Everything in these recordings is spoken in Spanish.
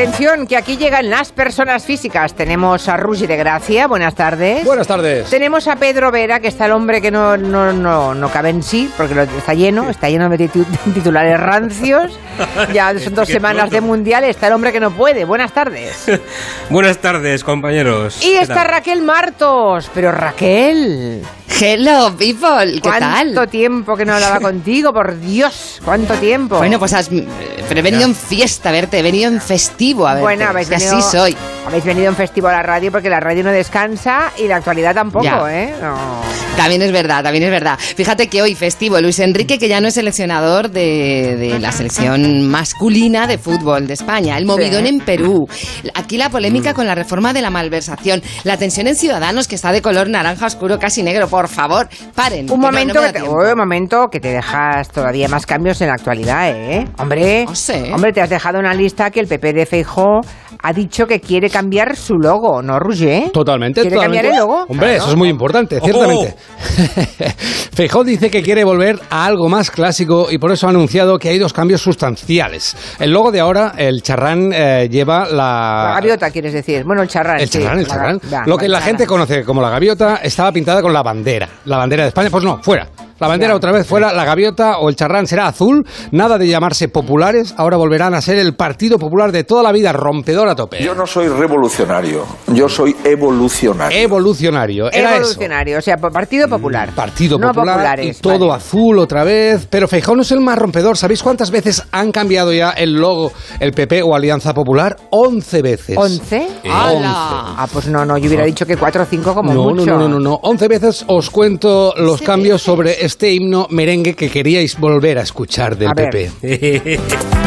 Atención, que aquí llegan las personas físicas. Tenemos a Rugi de Gracia, buenas tardes. Buenas tardes. Tenemos a Pedro Vera, que está el hombre que no, no, no, no cabe en sí, porque lo- está lleno, está lleno de titu- titulares rancios. Ya son dos Qué semanas de pronto. mundial, está el hombre que no puede. Buenas tardes. Buenas tardes, compañeros. Y ¿Qué está tal? Raquel Martos. Pero Raquel, Hello, people, ¿qué ¿cuánto tal? tiempo que no hablaba contigo? Por Dios, ¿cuánto tiempo? Bueno, pues has, pero he venido en fiesta a verte, he venido en festivo a verte. Bueno, habéis que venido, así soy. Habéis venido en festivo a la radio porque la radio no descansa y la actualidad tampoco, Ya. ¿eh? No. También es verdad, también es verdad. Fíjate que hoy festivo, Luis Enrique, que ya no es seleccionador de, de la selección masculina de fútbol de España, el movidón en Perú, aquí la Mm. polémica con la reforma de la malversación, la tensión en Ciudadanos que está de color naranja oscuro, casi negro, por favor, paren. que no- Un no momento, me da que te, tiempo. oh, un momento que te dejas todavía más cambios en la actualidad, ¿eh? Hombre, No sé. hombre, te has dejado una lista que el PP de Feijó ha dicho que quiere cambiar su logo, ¿no, Roger? Totalmente, ¿Quiere totalmente. cambiar el logo? Hombre, eso es muy importante, Ojo. ciertamente. Feijóo dice que quiere volver a algo más clásico y por eso ha anunciado que hay dos cambios sustanciales. El logo de ahora, el charrán, eh, lleva la... La gaviota, quieres decir. Bueno, el charrán. El sí, charrán, el la- charrán. va, Lo que el la charrán. gente conoce como la gaviota estaba pintada con la bandera. La bandera de España, pues no, fuera. La bandera Ya. otra vez fuera, la gaviota o el charrán será azul. Nada de llamarse populares, ahora volverán a ser el Partido Popular de toda la vida, rompedor a tope. Yo no soy revolucionario, yo soy evolucionario. Evolucionario, era eso. Mm, Evolucionario, o sea, po- Partido Popular. Partido no Popular populares, y todo vale. azul otra vez. Pero Feijón no es el más rompedor. ¿Sabéis cuántas veces han cambiado ya el logo el PP o Alianza Popular? 11 veces. ¿Once? Eh, ¡Hala! Ah, pues no, no, yo hubiera dicho que cuatro o cinco como No, no, mucho. no, no, no, no. 11 veces os cuento los cambios sobre este himno merengue que queríais volver a escuchar del A ver. PP.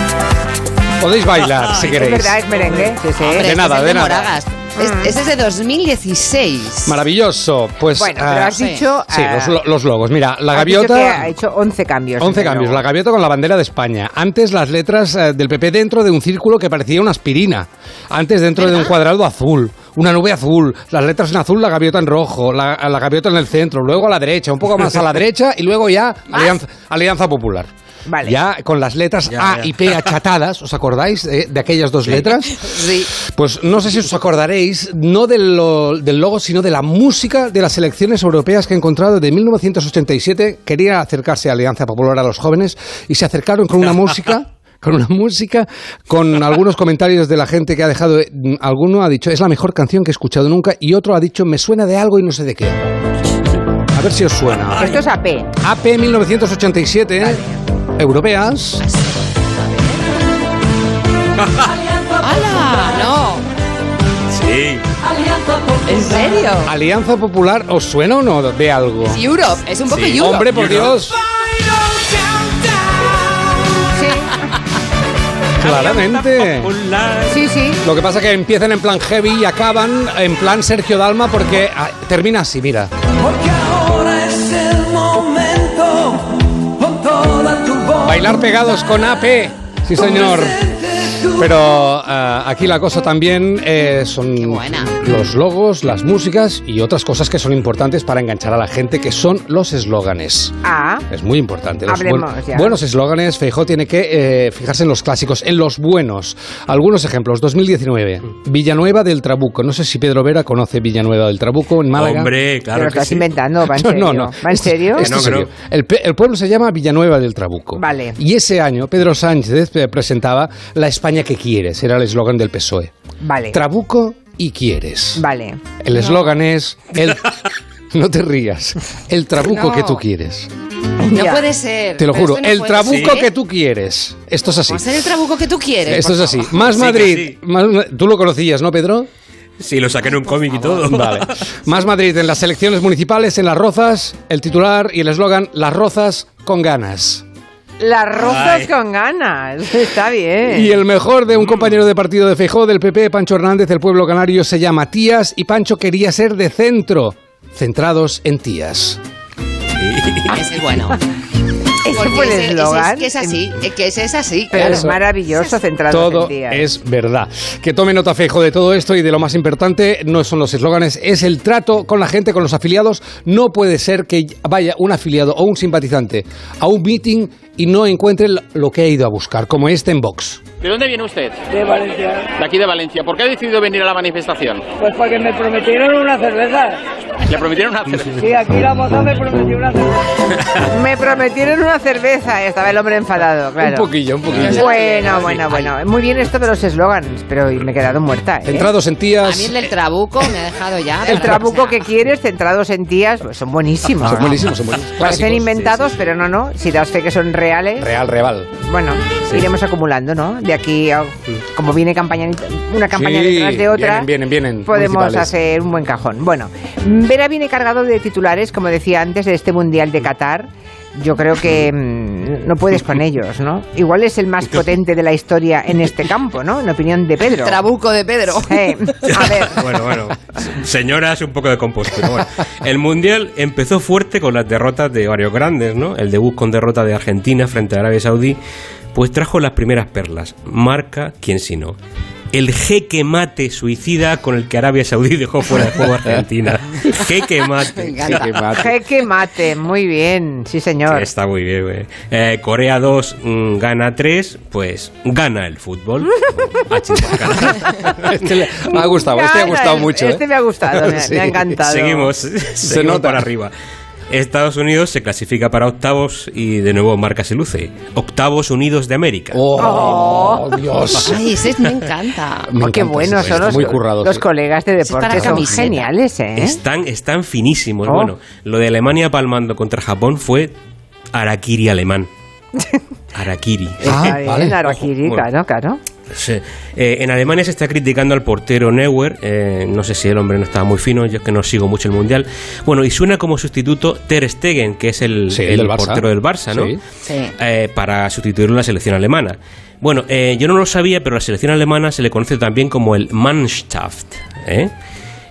Podéis bailar si Es queréis. verdad, es merengue. Sí, sí. Hombre, De este nada, es el de nada. Moragas. Es- Mm. Este es de 2016. Maravilloso. Pues Bueno, ah, pero has sí. dicho. sí, ah, los, lo- los logos. Mira, la has dicho gaviota que ha hecho 11 cambios. 11 en el cambios. logo. La gaviota con la bandera de España. Antes las letras eh, del PP dentro de un círculo que parecía una aspirina. Antes dentro de un cuadrado azul. Una nube azul. Las letras en azul, la gaviota en rojo. La, la gaviota en el centro. Luego a la derecha. Un poco más a la derecha. Y luego ya Alianza, Alianza Popular. Vale. Ya con las letras Ya, A ya. y P achatadas. ¿Os acordáis eh, de aquellas dos letras? Sí. Pues no sé si os acordaréis, no del, lo- del logo, sino de la música de las elecciones europeas que he encontrado de 1987. Quería acercarse a Alianza Popular a los jóvenes y se acercaron con una música. Con una música, con algunos comentarios de la gente que ha dejado. eh, Alguno ha dicho, es la mejor canción que he escuchado nunca, y otro ha dicho, me suena de algo y no sé de qué. A ver si os suena. Esto es AP. AP 1987, europeas. ¡Hala! ¡No! Sí. ¿En serio? Alianza Popular, ¿os suena o no de algo? Es Europe, es un poco Sí. Europe. Hombre, por Europe. Dios. Claramente. Sí, sí. Lo que pasa es que empiezan en plan heavy y acaban en plan Sergio Dalma porque ah, termina así, mira. Porque ahora es el momento con toda tu voz. Bailar pegados con AP. Sí, señor. Pero ah, aquí la cosa también eh, son buena. los logos, las músicas y otras cosas que son importantes para enganchar a la gente, que son los eslóganes. A. Es muy importante. Los Hablemos buen- ya. buenos eslóganes, Feijó tiene que eh, fijarse en los clásicos, en los buenos. Algunos ejemplos. 2019, Villanueva del Trabuco. No sé si Pedro Vera conoce Villanueva del Trabuco en Málaga. Hombre, Te lo claro que estás sí. inventando, va en No, serio. no, no. ¿Va en serio? Esto no, es creo. serio. El, pe- el pueblo se llama Villanueva del Trabuco. Vale. Y ese año Pedro Sánchez eh, presentaba La España que quieres, era el eslogan del PSOE. Vale. E. Trabuco y quieres. Vale. El eslogan es el- no te rías. El trabuco No. que tú quieres. No Ya. puede ser. Te lo pero juro, esto no el puede trabuco ser. que tú quieres. Esto es así. Vamos a hacer el trabuco que tú quieres. Esto es por así. favor. Más Sí, Madrid. más- tú lo conocías, ¿no, Pedro? Sí, lo saqué en un cómic y todo. Vale. Más Madrid en las elecciones municipales, en Las Rozas, el titular y el eslogan Las Rozas con ganas. Las rozas Ay. con ganas. Está bien. Y el mejor de un compañero de partido de Feijó, del PP, Pancho Hernández, del pueblo canario, se llama Tías y Pancho quería ser de centro. Centrados en Tías. Ese es bueno. Ese Porque fue el ese- ese eslogan. Es que es así, eh, que ese es así. Pero claro. es maravilloso centrado Todo en día. es verdad. Que tome nota fejo de todo esto y de lo más importante no son los eslóganes, es el trato con la gente, con los afiliados. No puede ser que vaya un afiliado o un simpatizante a un meeting y no encuentre lo que ha ido a buscar, como este en Vox. ¿De dónde viene usted? de Valencia. De aquí de Valencia. ¿Por qué ha decidido venir a la manifestación? Pues porque me prometieron una cerveza. Le prometieron una cerveza. Sí, aquí la moza me prometió una cerveza. Me prometieron una cerveza. Estaba el hombre enfadado, claro. Un poquillo, un poquillo. Bueno, bueno, bueno. Muy bien esto de los eslogans, pero me he quedado muerta. ¿eh? Centrados en A tías. mí el del trabuco me ha dejado ya. El trabuco que quieres, centrados en tías, pues son buenísimos. Son buenísimos, son buenísimos. Parecen Clásicos. inventados, pero no, no. Si das fe que son reales, Real, real. bueno, iremos acumulando, ¿no? De aquí, a, como viene campaña, una campaña Sí, detrás de otra, vienen, vienen, vienen, podemos municipales. hacer un buen cajón. Bueno, Vera viene cargado de titulares, como decía antes, de este Mundial de Qatar. Yo creo que mm, no puedes con ellos, ¿no? Igual es el más potente de la historia en este campo, ¿no? En opinión de Pedro. Trabuco de Pedro. Eh, a ver, Bueno, bueno. Señoras, un poco de compostura. Bueno, el Mundial empezó fuerte con las derrotas de varios grandes, ¿no? El debut con derrota de Argentina frente a Arabia Saudí, pues trajo las primeras perlas. Marca, quién si no. El jeque mate suicida con el que Arabia Saudí dejó fuera de juego a Argentina. Jeque Me mate. encanta. jeque mate, muy bien, sí señor. Está muy bien, güey. Eh, Corea 2 mm, gana 3, pues gana el fútbol. A chingar. Este le- me ha gustado, este ha Gana, gustado mucho. ¿eh? Este me ha gustado, me, Sí. me ha encantado. Seguimos, seguimos nota. para arriba. Estados Unidos se clasifica para octavos y de nuevo marca se luce. Octavos Unidos de América. Oh, Dios. Ay, ese me encanta. Me Oh, qué encanta, buenos sí, son está los, muy currado, los sí. colegas de Es para deporte, son camiseta. geniales, ¿eh? Están, están finísimos. Oh. Bueno, lo de Alemania palmando contra Japón fue Arakiri alemán. Arakiri. Ah, Está bien, vale. la Ojo, rojirita, bueno. ¿no? Claro. Sí. Eh, en Alemania se está criticando al portero Neuer. eh, no sé si el hombre no estaba muy fino. Yo es que no sigo mucho el mundial. Bueno, y suena como sustituto Ter Stegen, que es el, Sí, el del Barça. portero del Barça, ¿no? Sí. Sí. Eh, para sustituirlo en la selección alemana. Bueno, eh, yo no lo sabía, pero a la selección alemana se le conoce también como el Mannschaft. ¿eh?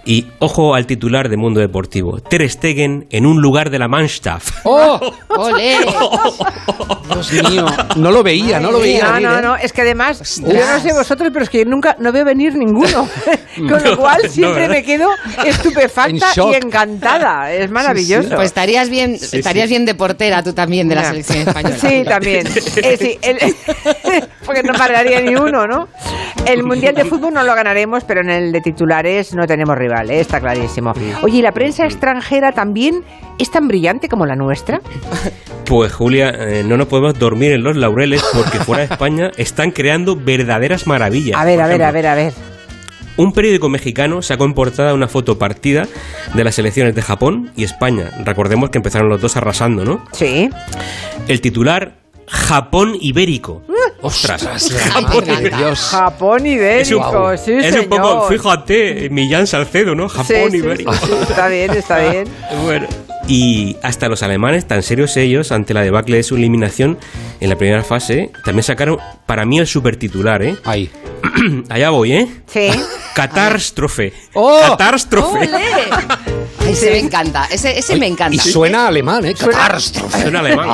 Y ojo al titular de Mundo Deportivo: Ter Stegen en un lugar de la Mannschaft. ¡Oh! Ole. Dios mío. No lo veía, no lo veía. No, venir, no, ¿eh? no, es que además, yo no sé vosotros, pero es que yo nunca, no veo venir ninguno. Con lo No, cual no, siempre ¿verdad? me quedo estupefacta En shock. y encantada. Es maravilloso. Pues estarías bien, estarías bien de portera tú también de la Ya. selección española. Sí, también. Eh, sí, el- porque no pararía ni uno, ¿no? El Mundial de Fútbol no lo ganaremos, pero en el de titulares no tenemos rival, ¿eh? está clarísimo. Oye, ¿y la prensa extranjera también es tan brillante como la nuestra? Pues Julia, eh, no nos podemos dormir en los laureles porque fuera de España están creando verdaderas maravillas. A ver, Por a ver, ejemplo, a ver, a ver. Un periódico mexicano sacó en portada una foto partida de las elecciones de Japón y España. Recordemos que empezaron los dos arrasando, ¿no? Sí. El titular, Japón Ibérico. Mm. ¡Ostras! Japón. Madre de Dios. Japón ibérico, Guau. sí, es señor. un poco, fíjate, Millán Salcedo, ¿no? Japón Sí, sí, Ibérico. sí, sí, Está bien, está bien. Bueno, y hasta los alemanes, tan serios ellos, ante la debacle de su eliminación en la primera fase, también sacaron para mí el supertitular, ¿eh? Ahí. Allá voy, ¿eh? Sí. Catástrofe. ¡Oh! Catástrofe. Ole. Ese me encanta. Ese, ese me Y encanta. suena alemán, ¿eh? Catástrofe. Suena alemán.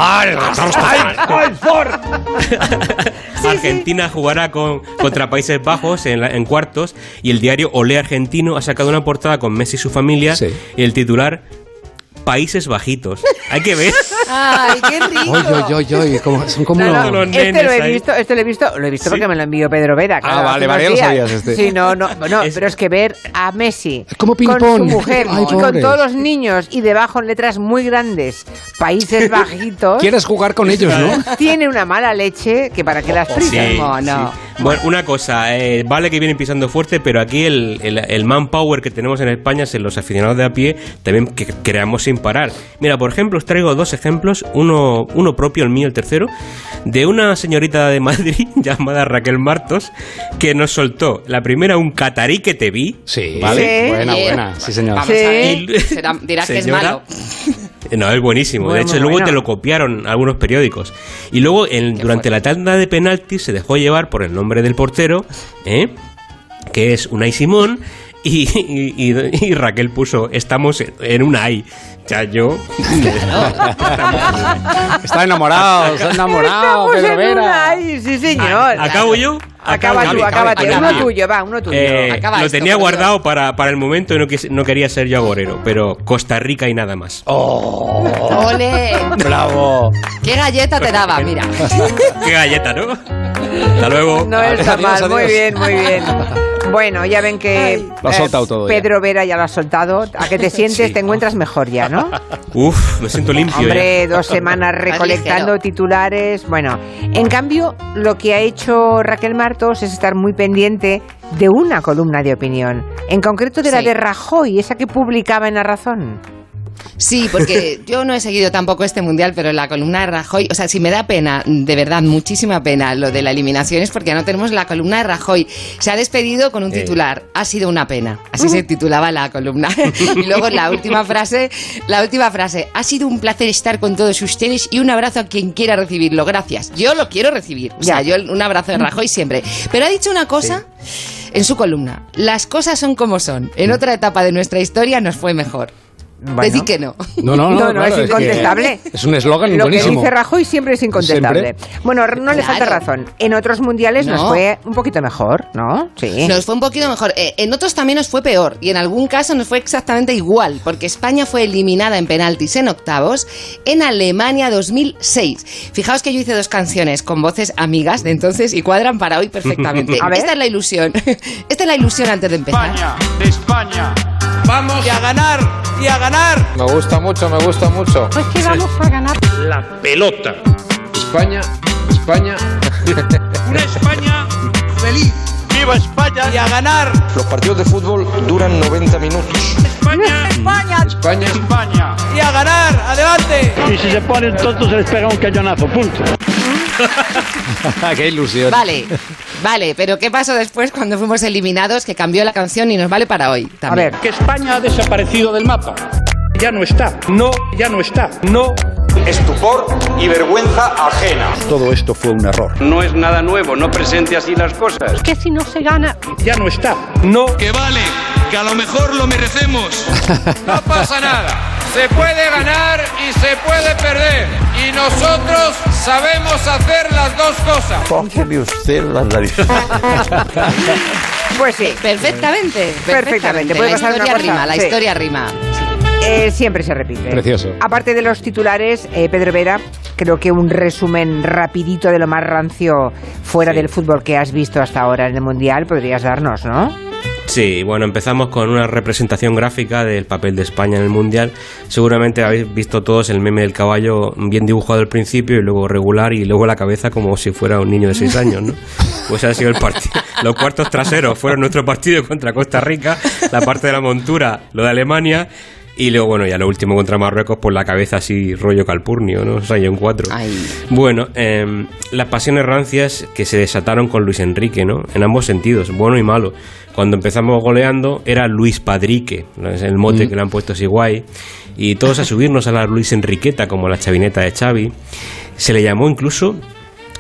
Argentina jugará con, contra Países Bajos en, la- en cuartos y el diario Olé Argentino ha sacado una portada con Messi y su familia Sí. y el titular Países Bajitos. Hay que ver. Ay, qué rico. Oy, oy, oy, oy, como- son como... No, Todos no, los este nenes lo he ahí. visto, este lo he visto, lo he visto porque me lo envió Pedro Vera. claro, vale, hace vale, unos ya lo días. sabías este. Sí, no, no, no, pero es que ver a Messi Es como ping con su pong. mujer Ay, y con pobres. todos los niños y debajo en letras muy grandes, Países Bajitos, Quieres jugar con ellos, ¿no? tiene una mala leche que para que las Sí, fritas. mono. sí. Bueno, una cosa, eh, vale que vienen pisando fuerte, pero aquí el, el, el manpower que tenemos en España, en los aficionados de a pie, también que creamos sin parar. Mira, por ejemplo, os traigo dos ejemplos, uno, uno propio, el mío, el tercero, de una señorita de Madrid llamada Raquel Martos, que nos soltó la primera un catarí que te vi. Sí. Vale. Sí. Buena, Bien. buena. Sí, señor. Vamos Sí. a Y- ver. Eh, Será- dirás que es malo. Señora, eh, No, es buenísimo. Muy, de hecho, muy luego bueno. te lo copiaron algunos periódicos. Y luego, en- durante la tanda de penaltis, se dejó llevar por el nombre del portero, ¿eh? que es Unai Simón, Y, y- y- y Raquel puso, estamos en- en una I. O sea, yo... Está enamorado, está enamorado, Estamos Pedro en una, Vera. ay, sí señor. ¿Acabo yo? Acaba Acabo tú, yo. acaba tú. Acabo Uno yo. tuyo, va, uno tuyo. Eh, Acaba lo esto, tenía por guardado para, para el momento y no, quis- no quería ser yo agorero, pero Costa Rica y nada más. Oh. ¡Ole! Bravo. ¿Qué galleta te daba? Mira. Qué galleta, ¿no? Hasta luego. No está Adiós, mal, muy adiós. bien, muy bien. Bueno, ya ven que eh, Lo ha soltado todo ya. Pedro Vera ya lo ha soltado. A que te sientes, Sí. te encuentras mejor ya, ¿no? Uf, me siento limpio. Hombre, dos semanas recolectando ligero. titulares. Bueno, en cambio, lo que ha hecho Raquel Martos es estar muy pendiente de una columna de opinión. En concreto de la Sí. de Rajoy, esa que publicaba en La Razón. Sí, porque yo no he seguido tampoco este mundial, pero la columna de Rajoy, o sea, si me da pena, de verdad, muchísima pena lo de la eliminación es porque ya no tenemos la columna de Rajoy. Se ha despedido con un Eh. titular, ha sido una pena. Así se titulaba la columna. Y luego la última frase, la última frase, ha sido un placer estar con todos ustedes y un abrazo a quien quiera recibirlo. Gracias. Yo lo quiero recibir. O sea, Ya. yo un abrazo de Rajoy siempre. Pero ha dicho una cosa en su columna. Las cosas son como son. En otra etapa de nuestra historia nos fue mejor. Mm. Bueno. Decir que no. No, no, No, no. no, claro, es que incontestable. Es un eslogan Lo que buenísimo. dice Rajoy siempre es incontestable. Siempre. Bueno, no le falta Claro. razón. En otros mundiales nos No. fue un poquito mejor, ¿no? Sí. Nos fue un poquito mejor. Eh, en otros también nos fue peor. Y en algún caso nos fue exactamente igual. Porque España fue eliminada en penaltis en octavos en Alemania 2006. Fijaos que yo hice dos canciones con voces amigas de entonces y cuadran para hoy perfectamente. A ver. Esta es la ilusión. Esta es la ilusión antes de empezar. Vamos. Y a ganar, y a ganar. Me gusta mucho, me gusta mucho. Pues que vamos a ganar. Pelota. España, España. Una España feliz. ¡Viva España! Y a ganar. Los partidos de fútbol duran 90 minutos. España. España. España. España. Y a ganar. Adelante. Y si se ponen tontos se les pega un cañonazo, punto. Qué ilusión. Vale, vale, pero ¿qué pasó después cuando fuimos eliminados? Que cambió la canción y nos vale para hoy. A También. ver, Que España ha desaparecido del mapa. Ya no está. No, ya no está. No. Estupor y vergüenza ajena. Todo esto fue un error. No es nada nuevo, no presente así las cosas. que si no se gana. Ya no está. No. Que vale, que a lo mejor lo merecemos. No pasa nada. Se puede ganar y se puede perder. Y nosotros sabemos hacer las dos cosas. Póngale usted las narices. Pues sí, Perfectamente, Perfectamente, perfectamente. puede La pasar una historia cosa, rima, la sí. historia rima. eh, siempre se repite. Precioso. Aparte de los titulares, eh, Pedro Vera, creo que un resumen rapidito de lo más rancio fuera del fútbol que has visto hasta ahora en el Mundial podrías darnos, ¿no? Sí, bueno, empezamos con una representación gráfica del papel de España en el Mundial. Seguramente habéis visto todos el meme del caballo bien dibujado al principio y luego regular y luego la cabeza como si fuera un niño de 6 años, ¿no? Pues ha sido el partido. Los cuartos traseros fueron nuestro partido contra Costa Rica, la parte de la montura, lo de Alemania. Y luego, bueno, ya lo último contra Marruecos, por la cabeza así rollo calpurnio, ¿no? Rayo en cuatro. Ay. Bueno, em, las pasiones rancias que se desataron con Luis Enrique, ¿no? En ambos sentidos, bueno y malo. Cuando empezamos goleando era Luis Padrique, ¿no? es el mote que le han puesto así guay. Y todos a subirnos a la Luis Enriqueta, como la chavineta de Xavi. Se le llamó incluso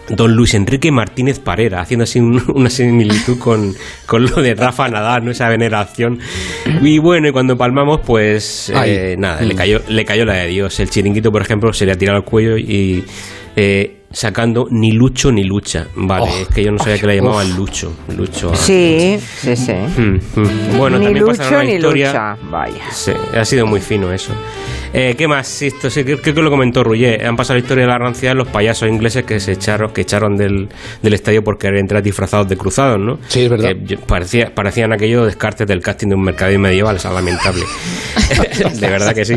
Don Luis Enrique Martínez Parera, haciendo así un- una similitud con, con lo de Rafa Nadal, ¿no? esa veneración. Y bueno, y cuando palmamos, pues eh, Ay. nada, Mm. le cayó, le cayó la de Dios. El chiringuito, por ejemplo, se le ha tirado al cuello y eh, sacando ni lucho ni lucha. Vale, Oh. es que yo no sabía que le llamaban lucho. Lucho. Sí, sí, sí. Hmm, hmm. Bueno, ni también pasaron lucho una ni historia. lucha. Vaya. Sí, ha sido muy fino eso. Eh, ¿Qué más? Sí, Esto sí, creo creo que lo comentó Rullé. Han pasado la historia de la rancia de los payasos ingleses que se echaron, que echaron del, del estadio por querer entrar disfrazados de cruzados, ¿no? Sí, es verdad. Que yo- parecía, parecían aquellos descartes del casting de un mercado medieval, o sea, lamentable. de verdad que sí.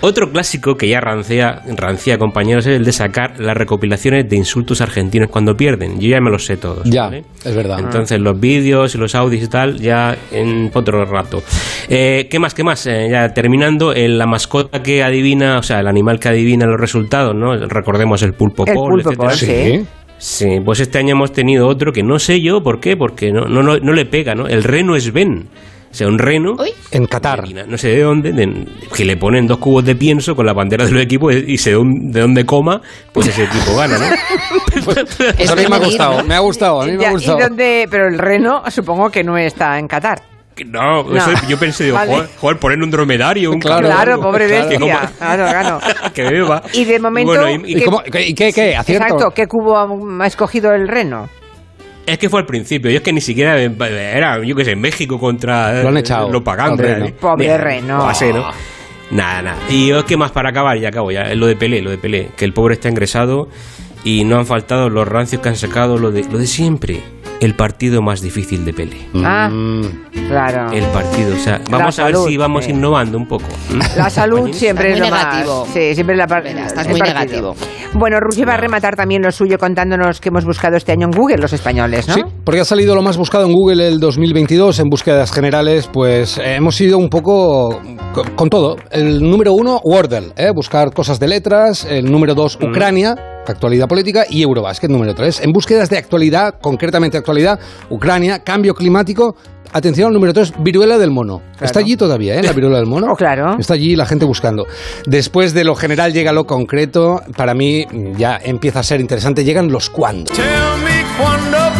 Otro clásico que ya rancia, rancia, compañeros, es el de sacar las recopilaciones de insultos argentinos cuando pierden. Yo ya me los sé todos. Ya, ¿vale? es verdad. Entonces los vídeos y los audios y tal ya en otro rato. Eh, ¿Qué más? ¿Qué más? Eh, ya terminando, eh, la mascota que adivina, o sea, el animal que adivina los resultados, ¿no? Recordemos el pulpo El Paul, pulpo etcétera. Paul, Ah, sí. Sí, pues este año hemos tenido otro que no sé yo por qué, porque no, no, no, no le pega, ¿no? El reno es Ben. O sea, un reno Uy. En Qatar. de China, no sé de dónde, de- que le ponen dos cubos de pienso con la bandera del equipo y se de dónde coma, pues ese equipo gana, ¿no? Eso a mí me ha femenino, gustado, ¿no? me ha gustado, a mí me Ya, ha ¿y gustado. dónde- pero el reno supongo que no está en Qatar. No, No. eso- yo pensé, digo, Vale. joder, joder, ponerle un dromedario. Un Claro, Claro, caballo, pobre claro. bestia. Que Claro, coma- claro. que beba. Y de momento- bueno, y- y ¿Y, cómo- y qué, qué? ¿Acierto? Exacto, ¿qué cubo ha, ha escogido el reno? Es que fue al principio, y es que ni siquiera era, yo qué sé, México contra Lo han echado, lo ¿eh? pagando. al Reno. Pobre Reno. Nada, nada. Y es que más para acabar, ya acabo, ya, lo de Pelé, lo de Pelé, que el pobre está ingresado y no han faltado los rancios que han sacado, lo de, lo de siempre, el partido más difícil de Pelé. Ah, Mm. claro. El partido, o sea, vamos La a ver Ah. salud, si vamos eh. innovando un poco. La salud siempre es muy lo más- negativo. Sí, siempre la parte. Verá, estás muy negativo. Bueno, Ruge va a rematar también lo suyo contándonos que hemos buscado este año en Google los españoles, ¿no? Sí, porque ha salido lo más buscado en Google el 2022 en búsquedas generales, pues eh, hemos ido un poco co- con todo. El número uno, Wordle, ¿eh? buscar cosas de letras. El número dos, Mm. Ucrania, actualidad política. Y Eurobasket, número tres. En búsquedas de actualidad, concretamente actualidad, Ucrania, cambio climático. Atención al número tres, viruela del mono. Está allí todavía, ¿eh? La viruela del mono. Oh, claro. Está allí la gente buscando. Después de lo general llega lo concreto. Para mí mm, ya empieza a ser interesante. Llegan los cuándo.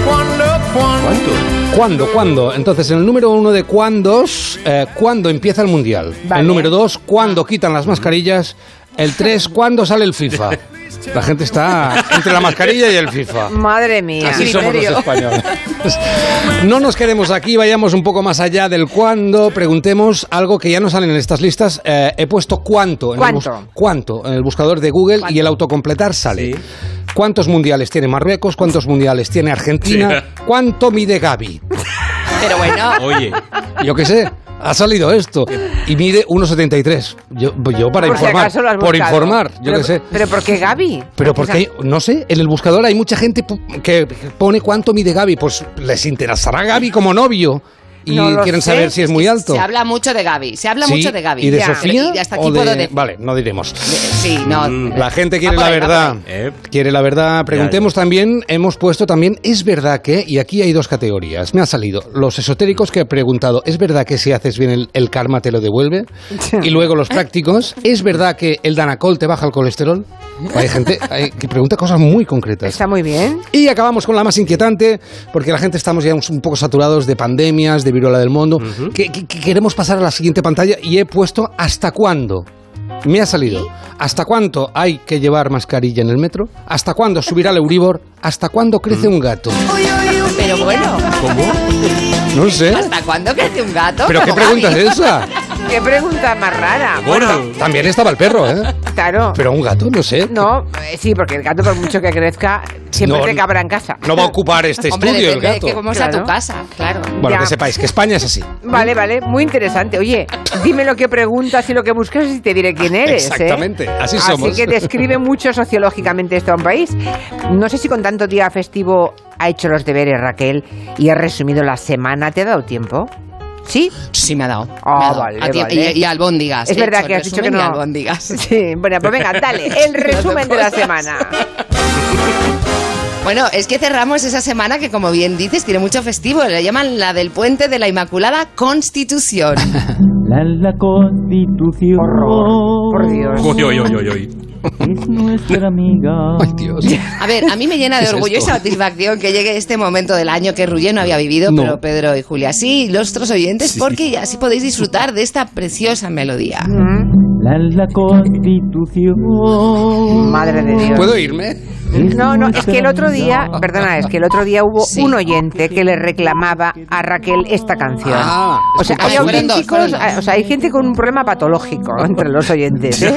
¿Cuánto? ¿Cuándo? ¿Cuándo? Entonces, en el número uno de cuándos, eh, ¿cuándo empieza el Mundial? Vale. El número dos, ¿cuándo quitan las mascarillas? El tres, ¿cuándo sale el FIFA? La gente está entre la mascarilla y el FIFA. Madre mía. Así somos los españoles. No nos quedemos aquí, vayamos un poco más allá del cuándo. Preguntemos algo que ya no sale en estas listas. Eh, he puesto cuánto en, ¿Cuánto? El, bus- cuánto en el buscador de Google y el autocompletar sale. Sí. ¿Cuántos mundiales tiene Marruecos? ¿Cuántos mundiales tiene Argentina? Sí. ¿Cuánto mide Gaby? Pero bueno, Oye, Yo qué sé, ha salido esto. Y mide 1,73. Yo, pues yo para por si informar. acaso lo has por buscado. informar, yo Pero- qué sé. Pero ¿por qué Gaby? Pero porque, hay- no sé, en el buscador hay mucha gente pu- que pone cuánto mide Gaby. Pues les interesará Gaby como novio. Y No lo quieren sé. saber si es muy alto. se habla mucho de Gaby. Se habla Sí, mucho de Gaby. ¿Y de Ya. Sofía? Pero- y hasta o aquí de- Mm, puedo decir. Vale, no diremos. Sí, no. La gente Ah, quiere Va por la ahí, va verdad. por ahí. ahí. Eh. Quiere la verdad. Preguntemos también, hemos puesto también, ¿es verdad que? Y aquí hay dos categorías. Me ha salido los esotéricos que he preguntado, ¿es verdad que si haces bien el, el karma te lo devuelve? Y luego los prácticos, ¿es verdad que el danacol te baja el colesterol? Hay gente hay que pregunta cosas muy concretas. Está muy bien. Y acabamos con la más inquietante, porque la gente estamos ya un poco saturados de pandemias, de viruela del mundo, que, que- que queremos pasar a la siguiente pantalla y he puesto ¿hasta cuándo? Me ha salido. ¿Hasta cuánto hay que llevar mascarilla en el metro? ¿Hasta cuándo subirá el Euribor? ¿Hasta cuándo crece un gato? Pero bueno, ¿cómo? No lo sé. ¿hasta cuándo crece un gato? ¿Eh? ¿Pero qué Gaby? pregunta es esa? Qué pregunta más rara. Gordo. También estaba el perro, ¿eh? Claro. Pero un gato, no sé. No, eh, sí, porque el gato, por mucho que crezca, siempre No, te cabrá en casa. No va a ocupar este Hombre, estudio el depende de gato. que cómo sea Claro. tu casa, claro. Bueno, Ya. que sepáis que España es así. Vale, vale, muy interesante. Oye, dime lo que preguntas y lo que buscas y te diré quién eres. ¿eh? Exactamente, así somos. Así que describe mucho sociológicamente esto a un país. No sé si con tanto día festivo ha hecho los deberes Raquel y ha resumido la semana. ¿Te ha dado tiempo? ¿Sí? Sí, me ha dado. Ah, me ha dado. vale, A tiempo- vale. Y, y albóndigas. eh, es He verdad hecho que has dicho que resumen no. de albóndigas. Sí, bueno, pues venga, dale, el resumen de la semana. Bueno, es que cerramos esa semana que, como bien dices, tiene mucho festivo. Le llaman la del puente de la Inmaculada Constitución. La, la constitución Por Dios. Uy, uy, uy, uy, uy. es nuestra amiga. Ay, Dios. A ver, a mí me llena de ¿Qué es orgullo y esto? satisfacción que llegue este momento del año que Rullé no había vivido, No. pero Pedro y Julia sí, y los otros oyentes, porque así podéis disfrutar de esta preciosa melodía. Mm. La, la constitución. Madre de Dios. ¿Puedo irme? No, no, es que el otro día, perdona, es que el otro día hubo Sí. un oyente que le reclamaba a Raquel esta canción. Ah, o sea, es que hay pasó. Fueron dos, auténticos, fueron dos. o sea, hay gente con un problema patológico entre los oyentes, ¿eh?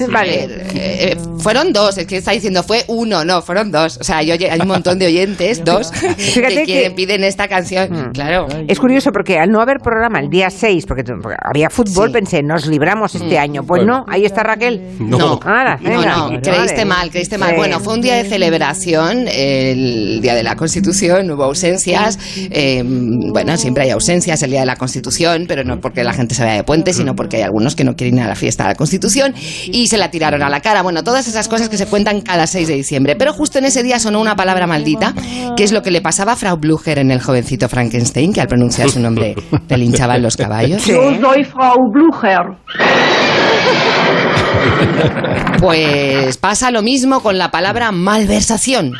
Eh, Vale. eh, fueron dos, es que está diciendo fue uno, no, fueron dos. O sea, yo, hay un montón de oyentes, dos, Fíjate que, quieren- que- Mm. piden esta canción. Claro. Es curioso porque al no haber programa el día 6, porque tu- porque había fútbol, Sí. Mm. pensé, nos libramos este año. Pues Bueno. no, ahí está Raquel. No. Ahora, No, venga. no, creíste Vale. mal, creíste mal. Sí. Bueno, fue un día de celebración, el día de la Constitución, hubo ausencias. eh, bueno, siempre hay ausencias el día de la Constitución, pero no porque la gente se vaya de puente, sino porque hay algunos que no quieren ir a la fiesta de la Constitución y se la tiraron a la cara. Bueno, todas esas cosas que se cuentan cada 6 de diciembre. Pero justo en ese día sonó una palabra maldita, que es lo que le pasaba a Frau Blücher en el jovencito Frankenstein, que al pronunciar su nombre le linchaban los caballos. soy Frau Blücher. Pues pasa lo mismo con la palabra malversación.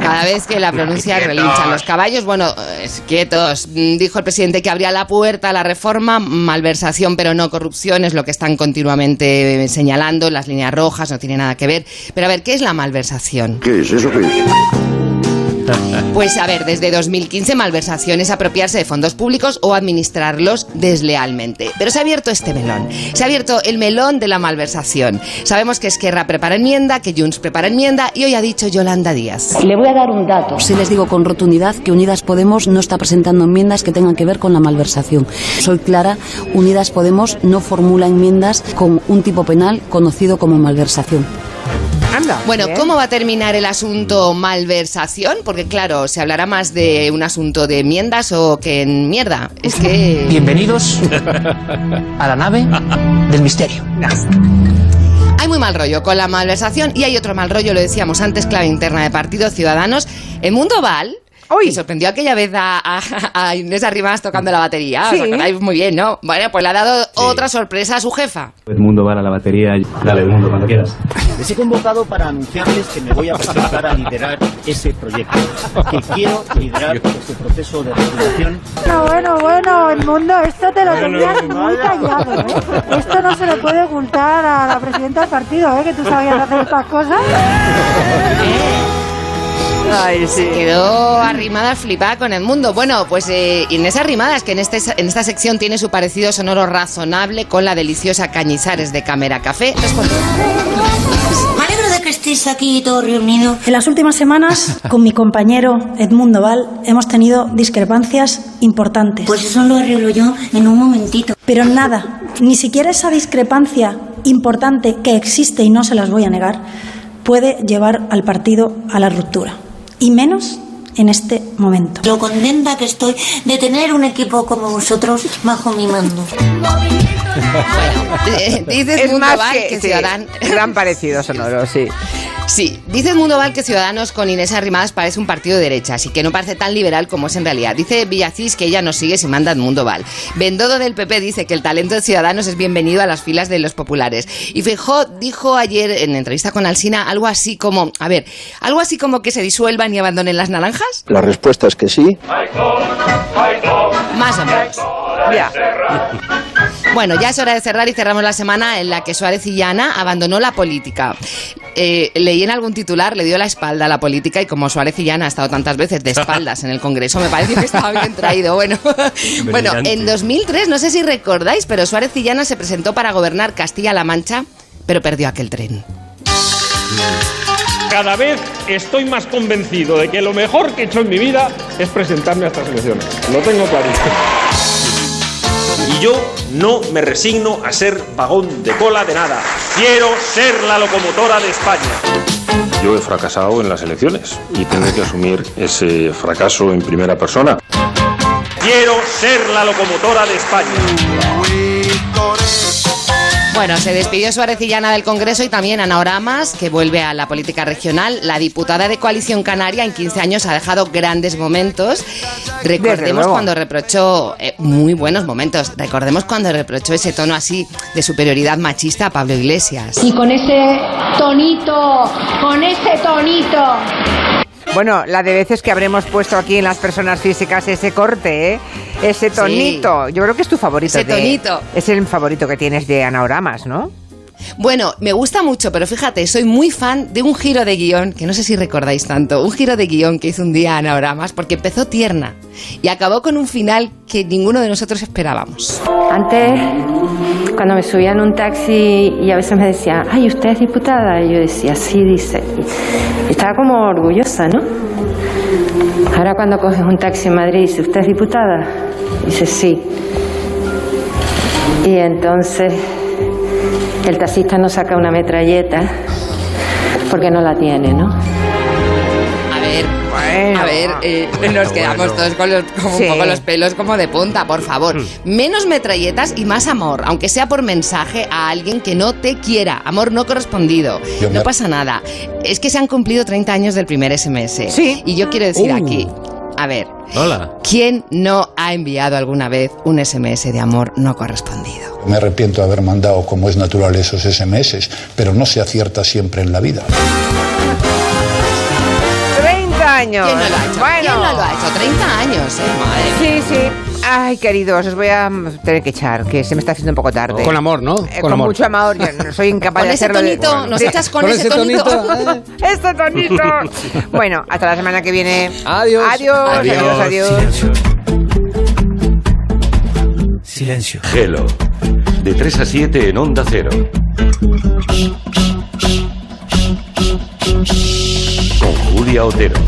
Cada vez que la pronuncia relinchan los caballos. Bueno, eh, quietos. Mm, Dijo el presidente que abría la puerta a la reforma. Malversación, pero no corrupción, es lo que están continuamente eh, señalando. Las líneas rojas no tiene nada que ver. Pero a ver, ¿qué es la malversación? ¿Qué es eso que Pues a ver, desde 2015 malversación es apropiarse de fondos públicos o administrarlos deslealmente. Pero se ha abierto este melón. Se ha abierto el melón de la malversación. Sabemos que Esquerra prepara enmienda, que Junts prepara enmienda y hoy ha dicho Yolanda Díaz. Le voy a dar un dato. Si les digo con rotundidad que Unidas Podemos no está presentando enmiendas que tengan que ver con la malversación. Soy clara, Unidas Podemos no formula enmiendas con un tipo penal conocido como malversación. Bueno, ¿cómo va a terminar el Mm. asunto malversación? Porque claro, se hablará más de un asunto de enmiendas o que en mierda. Es que... Bienvenidos a la nave del misterio. Hay muy mal rollo con la malversación y hay otro mal rollo, lo decíamos antes, clave interna de Partido Ciudadanos. El mundo Val. que sorprendió aquella vez a, a- a Inés Arribas tocando la batería. ¿Os Sí. acordáis muy bien, ¿no? Bueno, pues le ha dado otra sorpresa a su jefa. Edmundo va a la batería. Dale, Edmundo, cuando quieras. Les he convocado para anunciarles que me voy a presentar a liderar ese proyecto. Que quiero liderar este proceso de regulación. Bueno, bueno, bueno, el mundo, esto te lo tendrías muy callado, ¿eh? Esto no se lo puede ocultar a la presidenta del partido, ¿eh? Que tú sabías hacer estas cosas. Se quedó arrimada, flipada con el mundo. Bueno, pues eh, Inés Arrimadas, que en, este, en esta sección tiene su parecido sonoro razonable con la deliciosa Cañizares de Cámara Café, respondió. Me alegro de que estéis aquí todos reunidos. En las últimas semanas, con mi compañero Edmundo Val, hemos tenido discrepancias importantes. Pues eso lo arreglo yo en un momentito. Pero nada, ni siquiera esa discrepancia importante que existe y no se las voy a negar, puede llevar al partido a la ruptura. Y menos en este momento. Lo contenta que estoy de tener un equipo como vosotros bajo mi mando. Dices es mundo más Val, que, que sí, Ciudadan- gran parecido sonoro, sí. Sí, dice Mundo Val que Ciudadanos con Inés Arrimadas parece un partido de derecha, así que no parece tan liberal como es en realidad. Dice Villacís que ella nos sigue si manda Mundo Val. Bendodo del PP dice que el talento de Ciudadanos es bienvenido a las filas de los populares. Y Fijó dijo ayer en entrevista con Alsina algo así como, a ver, algo así como que se disuelvan y abandonen las naranjas. La respuesta es que sí. Más o menos. Bueno, ya es hora de cerrar y cerramos la semana en la que Suárez y Llana abandonó la política. Eh, leí en algún titular, le dio la espalda a la política y como Suárez y Llana ha estado tantas veces de espaldas en el Congreso, me parece que estaba bien traído. Bueno, bueno en 2003, no sé si recordáis, pero Suárez y Llana se presentó para gobernar Castilla-La Mancha, pero perdió aquel tren. Cada vez estoy más convencido de que lo mejor que he hecho en mi vida es presentarme a estas elecciones. Lo tengo clarísimo. Y yo no me resigno a ser vagón de cola de nada. Quiero ser la locomotora de España. Yo he fracasado en las elecciones y tendré que asumir ese fracaso en primera persona. Quiero ser la locomotora de España. Bueno, se despidió Suárez y Llana del Congreso y también Ana Oramas, que vuelve a la política regional. La diputada de Coalición Canaria en 15 años ha dejado grandes momentos. Desde Recordemos luego. cuando reprochó, eh, muy buenos momentos, recordemos cuando reprochó ese tono así de superioridad machista a Pablo Iglesias. Y con ese tonito, con ese tonito. Bueno, la de veces que habremos puesto aquí en las personas físicas ese corte, ¿eh? ese Sí. tonito. Yo creo que es tu favorito. Ese de- tonito. Es el favorito que tienes de Anaoramas, ¿no? Bueno, me gusta mucho, pero fíjate, soy muy fan de un giro de guión, que no sé si recordáis tanto, un giro de guión que hizo un día Ana Oramas, porque empezó tierna y acabó con un final que ninguno de nosotros esperábamos. Antes, cuando me subía en un taxi y a veces me decían, ay, ¿usted es diputada? Y yo decía, sí, dice. Y estaba como orgullosa, ¿no? Ahora cuando coges un taxi en Madrid y dice, ¿usted es diputada? Dice, sí. Y entonces el taxista no saca una metralleta porque no la tiene, ¿no? A ver, a ver, eh, nos quedamos todos con, los, con Sí. un poco los pelos como de punta, por favor. Menos metralletas y más amor, aunque sea por mensaje a alguien que no te quiera. Amor no correspondido. Yo no me- pasa nada. Es que se han cumplido 30 años del primer SMS. Sí. Y yo quiero decir Uh. aquí, a ver, Hola. ¿quién no ha enviado alguna vez un SMS de amor no correspondido? Me arrepiento de haber mandado, como es natural, esos SMS, pero no se acierta siempre en la vida. 30 años. ¿Quién no lo ha hecho? Bueno. ¿Quién no lo ha hecho? 30 años, ¿eh? Madre mía. Sí, sí. Ay, queridos, os voy a tener que echar, que se me está haciendo un poco tarde. Con amor, ¿no? Eh, con amor. mucho amor, yo no soy incapaz Con de ese hacerlo. de- tonito, nos Sí. echas con Con ese ese tonito. tonito. ¡Este tonito! Bueno, hasta la semana que viene. Adiós. Adiós, adiós, adiós. Silencio. Hello. De 3 a 7 en Onda Cero. Con Julia Otero.